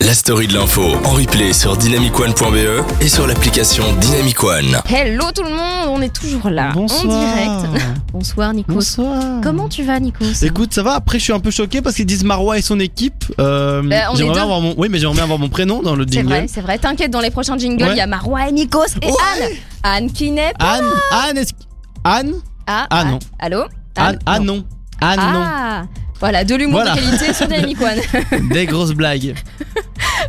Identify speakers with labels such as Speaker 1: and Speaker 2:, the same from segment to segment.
Speaker 1: la story de l'info en replay sur dynamicone.be E et sur l'application Dynamicone.
Speaker 2: Hello tout le monde, on est toujours là,
Speaker 3: Bonsoir.
Speaker 2: Ah, en direct. Bonsoir Nikos.
Speaker 3: Bonsoir.
Speaker 2: Comment tu vas Nikos
Speaker 3: Écoute, ça va. Après, je suis un peu choqué parce qu'ils disent Marois et son équipe. Euh,
Speaker 2: Bah, on est
Speaker 3: j'aimerais
Speaker 2: deux.
Speaker 3: bien avoir mon, oui, mais j'aimerais bien avoir mon prénom dans le
Speaker 2: C'est
Speaker 3: jingle.
Speaker 2: vrai, c'est vrai. T'inquiète, dans les prochains jingles, il
Speaker 3: Ouais.
Speaker 2: y a Marois et Nikos et
Speaker 3: Ouais.
Speaker 2: Anne. Anne qui n'est pas.
Speaker 3: Anne, Anne, est-ce- Anne,
Speaker 2: Ah,
Speaker 3: Ah, non.
Speaker 2: Allô
Speaker 3: Anne, Anne, non, Anne,
Speaker 2: Ah Voilà, de l'humour
Speaker 3: Voilà.
Speaker 2: de qualité sur Dynamic One.
Speaker 3: non. Des grosses blagues.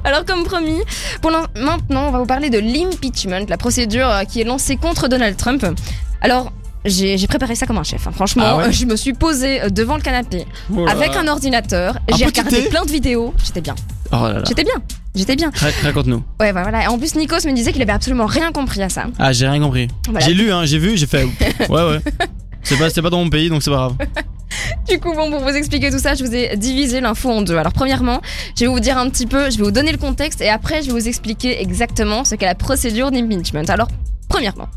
Speaker 2: Alors comme promis, pour l'in- maintenant on va vous parler de l'impeachment, la procédure euh, qui est lancée contre Donald Trump. Alors j'ai j'ai préparé ça comme un chef. hein. Franchement,
Speaker 3: Ah ouais Oh
Speaker 2: euh, je me suis posée euh, devant le canapé avec un ordinateur.
Speaker 3: Un
Speaker 2: J'ai
Speaker 3: petit
Speaker 2: regardé
Speaker 3: thé
Speaker 2: plein de vidéos. J'étais bien.
Speaker 3: Oh là là.
Speaker 2: J'étais bien. J'étais bien.
Speaker 3: Rac- Raconte-nous.
Speaker 2: Ouais, bah, voilà. Et en plus, Nikos me disait qu'il avait absolument rien compris à ça.
Speaker 3: Ah, j'ai rien compris.
Speaker 2: Voilà.
Speaker 3: J'ai lu, hein, j'ai vu, j'ai fait. Ouais, ouais. C'est pas, c'est pas dans mon pays, donc c'est pas grave.
Speaker 2: Du coup, bon, pour vous expliquer tout ça, je vous ai divisé l'info en deux. Alors, premièrement, je vais vous dire un petit peu, je vais vous donner le contexte et après, je vais vous expliquer exactement ce qu'est la procédure d'impeachment. Alors, premièrement,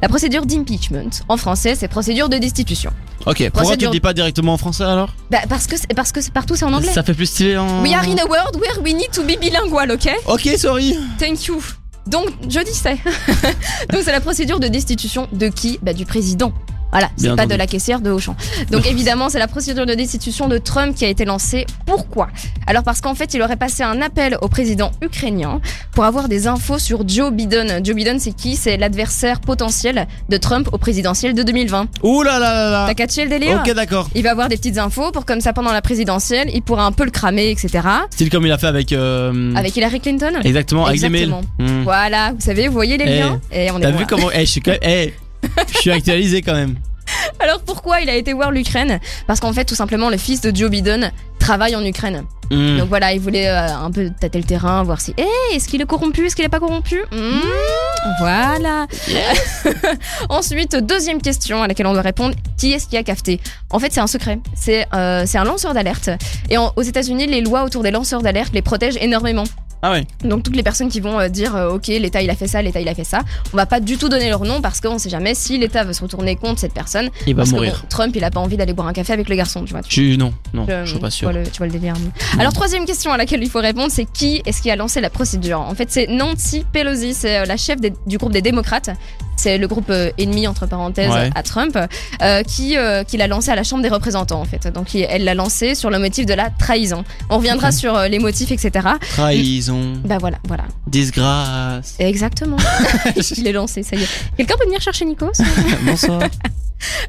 Speaker 2: la procédure d'impeachment, en français, c'est procédure de destitution.
Speaker 3: Ok. Pourquoi tu
Speaker 2: Procédure-
Speaker 3: le dis pas directement en français alors
Speaker 2: Bah, parce que, c'est- parce que c'est- partout, c'est en anglais.
Speaker 3: Ça fait plus stylé en.
Speaker 2: We are in a world where we need to be bilingual, ok
Speaker 3: Ok, sorry.
Speaker 2: Thank you. Donc, je dis c'est. Donc, c'est la procédure de destitution de qui bah, Du président. Voilà, c'est
Speaker 3: Bien
Speaker 2: pas de
Speaker 3: entendu.
Speaker 2: la caissière de Auchan. Donc, évidemment, c'est la procédure de destitution de Trump qui a été lancée. Pourquoi Alors, parce qu'en fait, il aurait passé un appel au président ukrainien pour avoir des infos sur Joe Biden. Joe Biden, c'est qui C'est l'adversaire potentiel de Trump au présidentiel de 2020.
Speaker 3: Ouh là là là
Speaker 2: T'as
Speaker 3: là.
Speaker 2: catché le délire
Speaker 3: Ah. Ok, d'accord.
Speaker 2: Il va avoir des petites infos pour comme ça, pendant la présidentielle, il pourra un peu le cramer, etc.
Speaker 3: Style comme il a fait avec. euh,
Speaker 2: Avec Hillary Clinton
Speaker 3: Exactement, avec les mails.
Speaker 2: Exactement.
Speaker 3: Hmm.
Speaker 2: Voilà, vous savez, vous voyez les
Speaker 3: Eh,
Speaker 2: liens Et on est
Speaker 3: T'as
Speaker 2: bon
Speaker 3: vu
Speaker 2: là.
Speaker 3: comment Eh, je suis quand même- eh, je suis actualisé quand même.
Speaker 2: Alors pourquoi il a été voir l'Ukraine Parce qu'en fait, tout simplement, le fils de Joe Biden travaille en Ukraine.
Speaker 3: Hmm.
Speaker 2: Donc voilà, il voulait euh, un peu tâter le terrain, voir si, Eh, est-ce qu'il est corrompu, est-ce qu'il est pas corrompu Hmm, Voilà. Ensuite, deuxième question à laquelle on doit répondre qui est-ce qui a cafeté En fait, c'est un secret. C'est euh, c'est un lanceur d'alerte. Et en- aux États-Unis, les lois autour des lanceurs d'alerte les protègent énormément.
Speaker 3: Ah ouais.
Speaker 2: Donc toutes les personnes qui vont euh, dire euh, ok l'État il a fait ça, l'État il a fait ça, on va pas du tout donner leur nom parce qu'on sait jamais si l'État veut se retourner contre cette personne.
Speaker 3: Il va
Speaker 2: parce que,
Speaker 3: mourir.
Speaker 2: bon, Trump il a pas envie d'aller boire un café avec le garçon, tu vois. Tu-
Speaker 3: Je, non, non,
Speaker 2: euh,
Speaker 3: je suis pas
Speaker 2: tu
Speaker 3: sûr.
Speaker 2: vois le, tu vois le délire. Alors troisième question à laquelle il faut répondre, c'est qui est-ce qui a lancé la procédure En fait c'est Nancy Pelosi, c'est euh, la chef des- du groupe des démocrates, c'est le groupe euh, ennemi entre parenthèses
Speaker 3: Ouais.
Speaker 2: à Trump, euh, qui, euh, qui l'a lancé à la Chambre des représentants en fait. Donc il- elle l'a lancé sur le motif de la trahison. On reviendra sur euh, les motifs etc.
Speaker 3: Trahison,
Speaker 2: Bah voilà, voilà.
Speaker 3: disgrâce.
Speaker 2: Exactement. Il est lancé, ça y est. Quelqu'un peut venir chercher Nikos
Speaker 3: Bonsoir.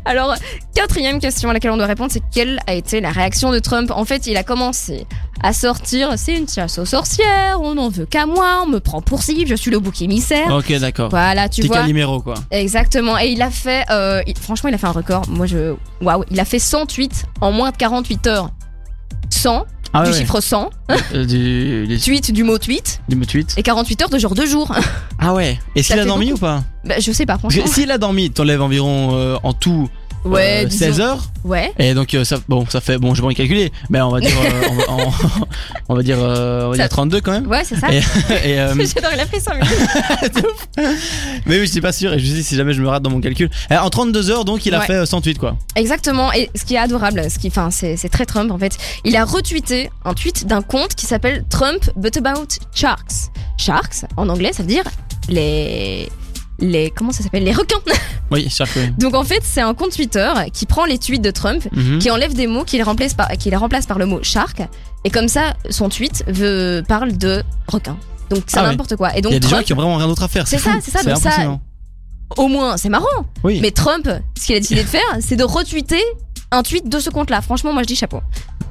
Speaker 2: Alors, quatrième question à laquelle on doit répondre, c'est quelle a été la réaction de Trump En fait, il a commencé à sortir « C'est une chasse aux sorcières, on n'en veut qu'à moi, on me prend pour cible, je suis le bouc émissaire.
Speaker 3: ok, d'accord.
Speaker 2: Voilà, tu
Speaker 3: Oh, Petit
Speaker 2: vois.
Speaker 3: Calimero, quoi.
Speaker 2: Exactement. Et il a fait... euh, il- franchement, il a fait un record. Moi, je... Waouh, il a fait 108 en moins de 48 heures. 100,
Speaker 3: Ah
Speaker 2: du chiffre 100,
Speaker 3: Euh, du, du,
Speaker 2: tweet du mot tweet,
Speaker 3: du mot tweet.
Speaker 2: et 48 heures de genre deux jours.
Speaker 3: Ah ouais. Et
Speaker 2: Ça
Speaker 3: s'il a
Speaker 2: fait
Speaker 3: dormi ou pas
Speaker 2: bah, je sais pas,
Speaker 3: Parce
Speaker 2: franchement.
Speaker 3: que s'il a dormi, t'enlèves environ euh, en tout euh,
Speaker 2: Ouais, disons-
Speaker 3: 16 heures.
Speaker 2: Ouais.
Speaker 3: Et donc, euh, ça, bon, ça fait. Bon, je vais en calculer. Mais on va dire. euh, on, va, on- on va dire. euh, on va
Speaker 2: Ça-
Speaker 3: dire 32 quand même.
Speaker 2: Ouais, c'est ça.
Speaker 3: Et- Et, euh,
Speaker 2: J'adore, il a pris 5 minutes.
Speaker 3: mais oui, je suis pas sûr. Et je me suis dit, si jamais je me rate dans mon calcul. Eh, En 32 heures, donc, il a
Speaker 2: Ouais.
Speaker 3: fait euh, 108, quoi.
Speaker 2: Exactement, et ce qui est adorable, ce qui, enfin, c'est c'est très Trump en fait. Il a retweeté un tweet d'un compte qui s'appelle Trump But About Sharks. Sharks, en anglais, ça veut dire les. Les, comment ça s'appelle Les requins
Speaker 3: Oui, cher que.
Speaker 2: Donc en fait, c'est un compte Twitter qui prend les tweets de Trump,
Speaker 3: Mhm.
Speaker 2: qui enlève des mots, qui les remplace par, qui les remplace par le mot shark, et comme ça, son tweet veut, parle de requin. Donc c'est
Speaker 3: Ah ouais.
Speaker 2: n'importe quoi. Et donc
Speaker 3: Il y a des gens
Speaker 2: Trump,
Speaker 3: qui ont vraiment rien d'autre à faire. C'est
Speaker 2: C'est ça,
Speaker 3: fou.
Speaker 2: c'est ça,
Speaker 3: C'est
Speaker 2: donc ça-
Speaker 3: impressionnant.
Speaker 2: au moins, c'est marrant.
Speaker 3: Oui.
Speaker 2: Mais Trump, ce qu'il a décidé de faire, c'est de retweeter un tweet de ce compte-là. Franchement, moi je dis chapeau.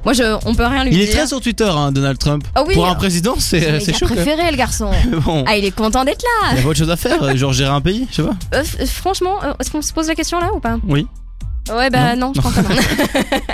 Speaker 2: Moi, je, on peut rien lui
Speaker 3: Il est
Speaker 2: dire.
Speaker 3: très sur Twitter, hein, Donald Trump.
Speaker 2: Ah oui,
Speaker 3: Pour un
Speaker 2: alors,
Speaker 3: président,
Speaker 2: c'est
Speaker 3: c'est
Speaker 2: mon
Speaker 3: c'est
Speaker 2: gars
Speaker 3: chaud. quand même.
Speaker 2: préféré, le garçon.
Speaker 3: Mais bon,
Speaker 2: Ah, il est content d'être là.
Speaker 3: il y a pas autre chose à faire. Genre gérer un pays, je sais pas.
Speaker 2: Euh, f- franchement, euh, est-ce qu'on se pose la question là ou pas
Speaker 3: Oui.
Speaker 2: Ouais, bah non, je pense pas. non.